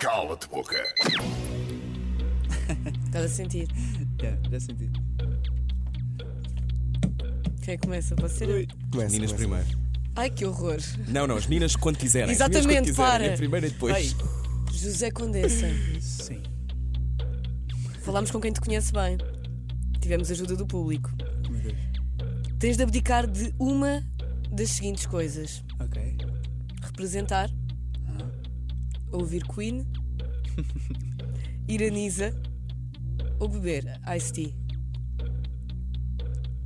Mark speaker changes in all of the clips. Speaker 1: Cala-te boca.
Speaker 2: Estás a sentir?
Speaker 3: Yeah, já senti.
Speaker 2: Quem é que começa? Você? não?
Speaker 3: Começa,
Speaker 4: Meninas
Speaker 3: começa.
Speaker 4: primeiro.
Speaker 2: Ai que horror!
Speaker 4: Não, não, as meninas quando quiserem. As meninas
Speaker 2: Exatamente,
Speaker 4: quando quiserem.
Speaker 2: para.
Speaker 4: É primeiro e depois.
Speaker 2: Ai. José Condessa.
Speaker 3: Sim.
Speaker 2: Falámos com quem te conhece bem. Tivemos ajuda do público.
Speaker 3: Meu Deus.
Speaker 2: Tens de abdicar de uma das seguintes coisas:
Speaker 3: Ok.
Speaker 2: representar, ouvir Queen, ir a Nisa ou beber Ice Tea.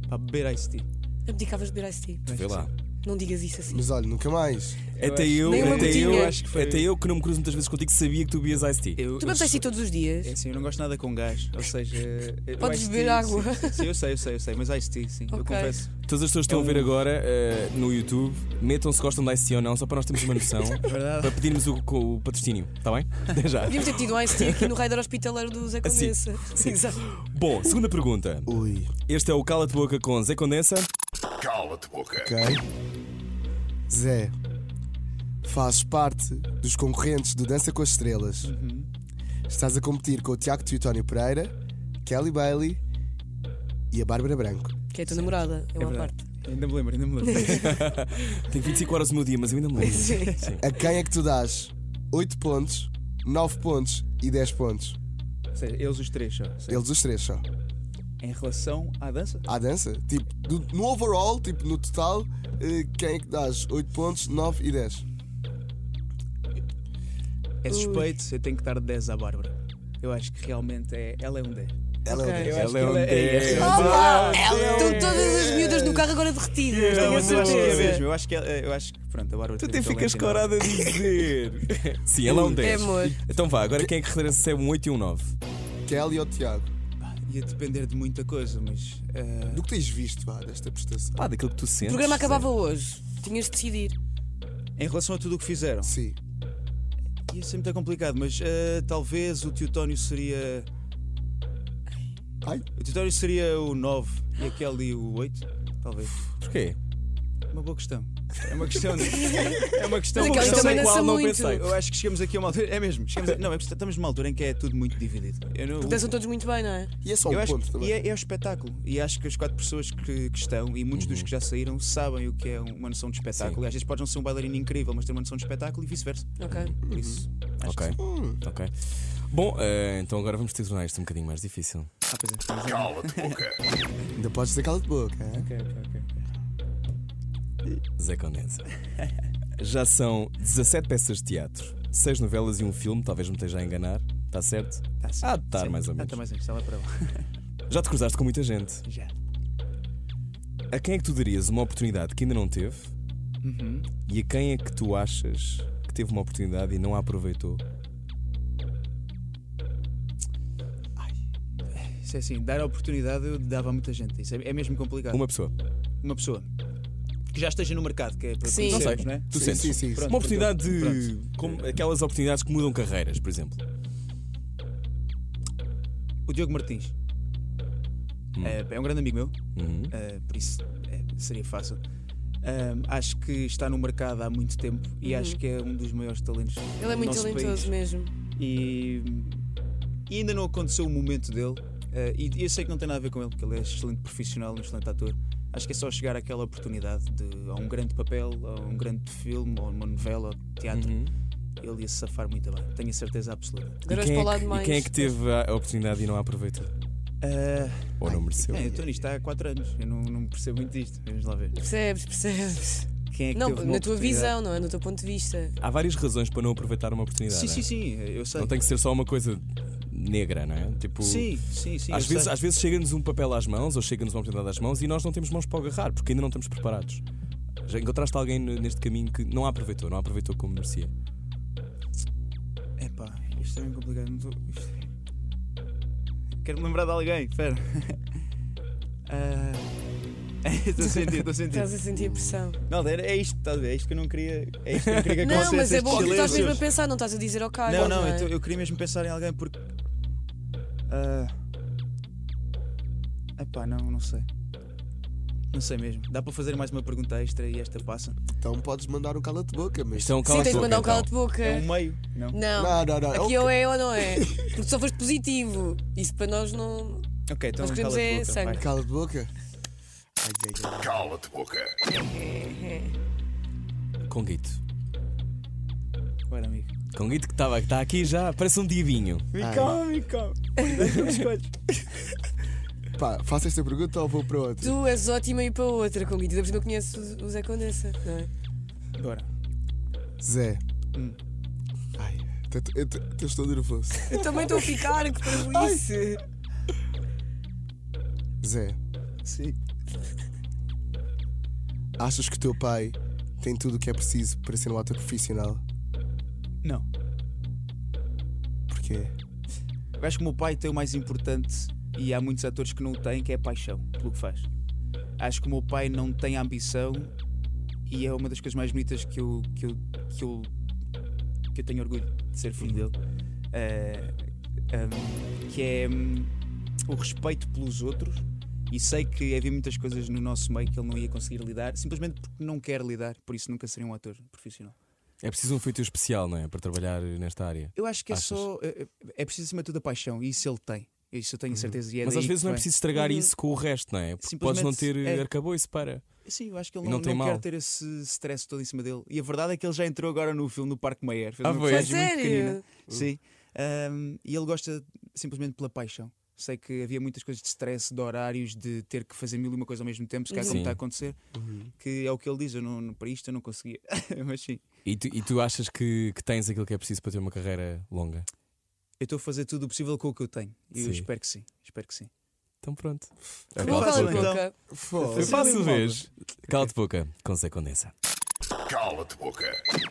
Speaker 3: Para beber ice tea.
Speaker 2: Abdicavas de beber Ice Tea.
Speaker 4: Vê lá.
Speaker 2: Não digas isso assim.
Speaker 5: Mas olha, nunca mais.
Speaker 4: Até eu,
Speaker 2: Nem uma
Speaker 4: até
Speaker 2: gotinha.
Speaker 4: eu,
Speaker 3: Acho que foi-
Speaker 4: até eu É que não me cruzo muitas vezes contigo, sabia que tu bebias Ice Tea.
Speaker 3: Eu,
Speaker 2: Tu
Speaker 3: eu
Speaker 2: bebes Ice
Speaker 3: sou-
Speaker 2: Tea todos os
Speaker 3: É
Speaker 2: dias?
Speaker 3: assim, eu não gosto nada com gás. Ou seja, eh, o
Speaker 2: Podes
Speaker 3: iced
Speaker 2: beber
Speaker 3: tea,
Speaker 2: água.
Speaker 3: Sim, sim, sim, eu sei, eu sei, eu sei. Mas ice tea, sim. Eu
Speaker 2: Ok.
Speaker 3: confesso.
Speaker 4: Todas as pessoas que estão a ver agora eh, no YouTube, metam se gostam de Ice Tea ou não, só para nós termos uma noção,
Speaker 3: É Verdade.
Speaker 4: para pedirmos o, co- o patrocínio, está bem? Até já.
Speaker 2: Devíamos ter tido um Ice Tea aqui no Raider Hospitaleiro do Zé
Speaker 4: Assim,
Speaker 2: Condessa. Exato.
Speaker 4: Bom, segunda pergunta.
Speaker 5: Ui,
Speaker 4: Este é o Cala-te Boca com Zé Condensa.
Speaker 1: Cala-te boca.
Speaker 5: ok. Zé, fazes parte dos concorrentes do Dança com as Estrelas.
Speaker 3: Uhum.
Speaker 5: Estás a competir com o Tiago Teutónio Pereira, Kelly Bailey e a Bárbara Branco.
Speaker 2: Que é a tua namorada, é
Speaker 3: É
Speaker 2: uma parte.
Speaker 3: verdade. Ainda me lembro, ainda me lembro.
Speaker 4: Tenho 25 horas no meu dia, mas eu ainda me lembro.
Speaker 2: Sim.
Speaker 5: A quem é que tu dás 8 pontos, 9 pontos e 10 pontos?
Speaker 3: Ou seja, eles os três só. Sim.
Speaker 5: Eles os três só.
Speaker 3: Em relação à dança?
Speaker 5: À dança? Tipo, do- no overall, tipo, no total, eh, quem é que dás 8 pontos, 9 e 10?
Speaker 3: É suspeito, eu tenho que dar 10 à Bárbara. Eu acho que realmente é. Ela é um 10.
Speaker 5: Ela
Speaker 2: Ok.
Speaker 5: é o 10.
Speaker 4: Ela é um 10.
Speaker 2: Opa! Estão todas as miúdas no carro agora derretidas, tenho a
Speaker 3: mas eu acho que é
Speaker 2: certeza.
Speaker 3: mesmo. Eu acho que, ela- eu acho que pronto, a Bárbara
Speaker 4: Tu
Speaker 3: tem
Speaker 4: até
Speaker 3: um
Speaker 4: ficas
Speaker 3: talento enorme.
Speaker 4: corada a dizer. Então é Sim, ela é um 10.
Speaker 2: amor.
Speaker 4: Então vá, agora quem é que recebe um 8 e um 9?
Speaker 5: Kelly ou Tiago?
Speaker 3: Ia depender de muita coisa, mas. eh,
Speaker 5: Do que tens visto, vá, desta prestação?
Speaker 4: Pá, daquilo que tu sentes.
Speaker 2: O programa acabava
Speaker 4: Zé.
Speaker 2: hoje. Tinhas de decidir.
Speaker 3: Então, em relação a tudo o que fizeram,
Speaker 5: Sim.
Speaker 3: ia ser muito complicado, mas eh, talvez o Teutónio seria.
Speaker 5: Ai.
Speaker 3: O Teutónio seria o 9 e aquele o 8, talvez.
Speaker 4: Porquê?
Speaker 3: Uma boa questão. É uma questão. De... É uma questão.
Speaker 2: Mas
Speaker 3: uma
Speaker 2: aquela
Speaker 3: questão
Speaker 2: também
Speaker 3: na
Speaker 2: dança
Speaker 3: qual não
Speaker 2: muito.
Speaker 3: pensei. Eu acho que chegamos aqui a uma altura. É mesmo, chegamos a... não, é que estamos numa altura em que é tudo muito dividido. Eu não-
Speaker 2: Porque dançam todos muito bem, não é?
Speaker 5: E é só um
Speaker 3: Eu acho
Speaker 5: ponto
Speaker 3: que
Speaker 5: também.
Speaker 3: e é, é o espetáculo. E acho que as quatro pessoas que, que estão e muitos
Speaker 4: Uhum.
Speaker 3: dos que já saíram sabem o que é uma noção de espetáculo. E às vezes podes não ser um bailarino incrível, mas ter uma noção de espetáculo e vice-versa.
Speaker 2: Ok.
Speaker 3: Por isso, acho
Speaker 4: Ok.
Speaker 3: que sim.
Speaker 4: Ok. Bom, eh, então agora vamos ter que tornar isto um bocadinho mais difícil.
Speaker 3: Ah, pois é. Mas é.
Speaker 1: Cala-te boca.
Speaker 5: Ainda podes ter cala de boca, é? hein?
Speaker 3: Ok, ok, ok.
Speaker 4: Zé Condensa. Já são 17 peças de teatro, 6 novelas e um filme, talvez me esteja a enganar. Está certo?
Speaker 3: Tá certo.
Speaker 4: Ah, de estar
Speaker 3: Sim.
Speaker 4: mais ou
Speaker 3: Ah,
Speaker 4: menos.
Speaker 3: tá mais ou menos. Está lá para lá.
Speaker 4: Já te cruzaste com muita gente.
Speaker 3: Já.
Speaker 4: A quem é que tu darias uma oportunidade que ainda não teve?
Speaker 3: Uhum.
Speaker 4: E a quem é que tu achas que teve uma oportunidade e não a aproveitou?
Speaker 3: Isso é assim, dar a oportunidade eu dava a muita gente. Isso é, é mesmo complicado.
Speaker 4: Uma pessoa.
Speaker 3: uma pessoa que já esteja no mercado, que é para
Speaker 2: Sim.
Speaker 3: conhecermos,
Speaker 4: Não sei.
Speaker 3: não é?
Speaker 4: Tu
Speaker 5: Sim,
Speaker 4: sentes?
Speaker 5: sim, sim, sim.
Speaker 3: Pronto,
Speaker 4: Uma oportunidade de.
Speaker 3: pronto.
Speaker 4: como aquelas oportunidades que mudam carreiras, por exemplo.
Speaker 3: O Diogo Martins
Speaker 4: Hum.
Speaker 3: é, é um grande amigo meu,
Speaker 4: Uhum.
Speaker 3: eh, por isso é, seria fácil. Ahm, acho que está no mercado há muito tempo e acho que é um dos maiores talentos.
Speaker 2: Uhum. Ele é
Speaker 3: do
Speaker 2: muito
Speaker 3: nosso
Speaker 2: talentoso
Speaker 3: país.
Speaker 2: mesmo.
Speaker 3: E, e ainda não aconteceu o momento dele. eh, e, e eu sei que não tem nada a ver com ele, porque ele é excelente profissional, um excelente ator. Acho que é só chegar àquela oportunidade de a um grande papel, a um grande filme, ou uma novela, ou teatro.
Speaker 2: Uhum.
Speaker 3: Ele ia se safar muito bem, tenho a certeza absoluta.
Speaker 4: E
Speaker 2: Agora vais para
Speaker 4: quem, é
Speaker 2: o lado
Speaker 4: que,
Speaker 2: mais.
Speaker 4: e quem é que teve a a oportunidade e não a aproveitou?
Speaker 3: Ah,
Speaker 4: Ou não mereceu?
Speaker 3: é, eu estou nisto há 4 anos, eu não, não percebo muito disto. Vamos lá ver.
Speaker 2: Percebes, percebes.
Speaker 3: Quem é que
Speaker 2: Não,
Speaker 3: teve uma
Speaker 2: na tua
Speaker 3: oportunidade?
Speaker 2: visão, não é? No teu ponto de vista.
Speaker 4: Há várias razões para não aproveitar uma oportunidade.
Speaker 3: Sim,
Speaker 4: não é?
Speaker 3: sim, sim, eu sei.
Speaker 4: Não tem que ser só uma coisa negra, não é? Tipo.
Speaker 3: Sim, sim, sim.
Speaker 4: Às
Speaker 3: eu
Speaker 4: vezes,
Speaker 3: sei.
Speaker 4: às vezes chega-nos um papel às mãos ou chega-nos uma oportunidade às mãos e nós não temos mãos para o agarrar porque ainda não estamos preparados. Já encontraste alguém n- neste caminho que não a aproveitou, não a aproveitou como merecia.
Speaker 3: Epá, isto é bem complicado. Não tô... Quero-me lembrar de alguém, espera. Ah, Estou a sentir, estou a sentir.
Speaker 2: Estás a sentir a pressão.
Speaker 3: Não, era- é isto, estás a ver? É isto que eu não queria. É isto que eu não queria que
Speaker 2: Não,
Speaker 3: acontecesse.
Speaker 2: mas é
Speaker 3: estes
Speaker 2: bom que tu estás mesmo a
Speaker 3: silêncios.
Speaker 2: pensar, não estás a dizer ok.
Speaker 3: Não, não,
Speaker 2: é?
Speaker 3: eu, tô- eu queria mesmo pensar em alguém porque. Ah. Epá, não, não sei. Não sei mesmo. Dá para fazer mais uma pergunta extra e esta passa.
Speaker 5: Então podes mandar o cala-te-boca, mas.
Speaker 4: Isto é um
Speaker 2: Sim,
Speaker 4: cala
Speaker 2: tens de mandar um
Speaker 4: então.
Speaker 2: cala-te-boca.
Speaker 3: É um meio, não?
Speaker 2: Não.
Speaker 5: Não, não, não.
Speaker 2: Aqui
Speaker 5: é um-
Speaker 2: ou é ou não é. Porque só foste positivo. Isso para nós não.
Speaker 3: Ok, então
Speaker 2: Nós queremos
Speaker 3: cala-te
Speaker 2: é
Speaker 3: boca,
Speaker 2: sangue.
Speaker 3: vai.
Speaker 5: Cala-te-boca. Ai, ai, ai.
Speaker 1: Cala-te boca.
Speaker 4: Com Guito.
Speaker 3: Bora, amigo.
Speaker 4: Com Guito que está aqui já, parece um diabinho.
Speaker 5: Ai.
Speaker 3: Micão, Micão.
Speaker 5: Pá, faço esta pergunta ou vou para outra?
Speaker 2: Tu és ótima e para outra, com Guido. Depois não conheço o Zé Condessa, não é?
Speaker 3: Bora.
Speaker 5: Zé.
Speaker 3: Hum.
Speaker 5: Ai, eu tô- eu tô- eu estou nervoso.
Speaker 2: Eu também estou a ficar, que para isso.
Speaker 5: Zé,
Speaker 3: Sim.
Speaker 5: achas que o teu pai tem tudo o que é preciso para ser um ator profissional?
Speaker 3: Não.
Speaker 5: Porquê?
Speaker 3: Eu acho que o meu pai tem o mais importante e há muitos atores que não o têm, que é a paixão pelo que faz. Acho que o meu pai não tem ambição e é uma das coisas mais bonitas que eu, que eu, que eu, que eu tenho orgulho de ser filho dele. Eh, ehm, que é hum, o respeito pelos outros e sei que havia muitas coisas no nosso meio que ele não ia conseguir lidar, simplesmente porque não quer lidar, por isso nunca seria um ator profissional.
Speaker 4: É preciso um feito especial, não é? Para trabalhar nesta área.
Speaker 3: Eu acho que é
Speaker 4: Achas?
Speaker 3: só. É, é preciso acima de tudo a paixão, e isso ele tem. Isso eu tenho certeza. E é
Speaker 4: Mas às
Speaker 3: daí
Speaker 4: vezes
Speaker 3: que
Speaker 4: não
Speaker 3: vem.
Speaker 4: é
Speaker 3: Uhum.
Speaker 4: preciso estragar isso com o resto, não é? Porque podes não ter
Speaker 3: Simplesmente é.
Speaker 4: arcabouço para.
Speaker 3: Sim, eu acho que ele
Speaker 4: E
Speaker 3: não,
Speaker 4: não tem
Speaker 3: não quer
Speaker 4: mal.
Speaker 3: ter esse stress todo em cima dele. E a verdade é que ele já entrou agora no filme no Parque Meyer. Fez
Speaker 4: Ah, Hum.
Speaker 3: uma
Speaker 4: foi?
Speaker 2: A
Speaker 3: personagem muito pequenina.
Speaker 2: sério?
Speaker 3: Sim. Ahm, e ele gosta simplesmente pela paixão. Sei que havia muitas coisas de stress, de horários, de ter que fazer mil e uma coisa ao mesmo tempo, se calhar como
Speaker 4: Uhum. Sim. Uhum.
Speaker 3: está a acontecer, que é o que ele diz. Eu não, não- para isto eu não conseguia. Mas sim,
Speaker 4: E tu, e tu achas que, que tens aquilo que é preciso para ter uma carreira longa?
Speaker 3: eu estou a fazer tudo o possível com o que eu tenho. E eu
Speaker 4: Sim.
Speaker 3: espero que sim. Espero que sim.
Speaker 4: Então pronto.
Speaker 2: Com
Speaker 3: Cala-te
Speaker 4: um,
Speaker 2: cala
Speaker 3: boca.
Speaker 2: boca.
Speaker 5: Foda.
Speaker 4: Foi
Speaker 3: Fazemos
Speaker 4: então. fácil
Speaker 3: uma
Speaker 4: vez. Cala-te boca, com Zé Condensa.
Speaker 1: Cala-te boca.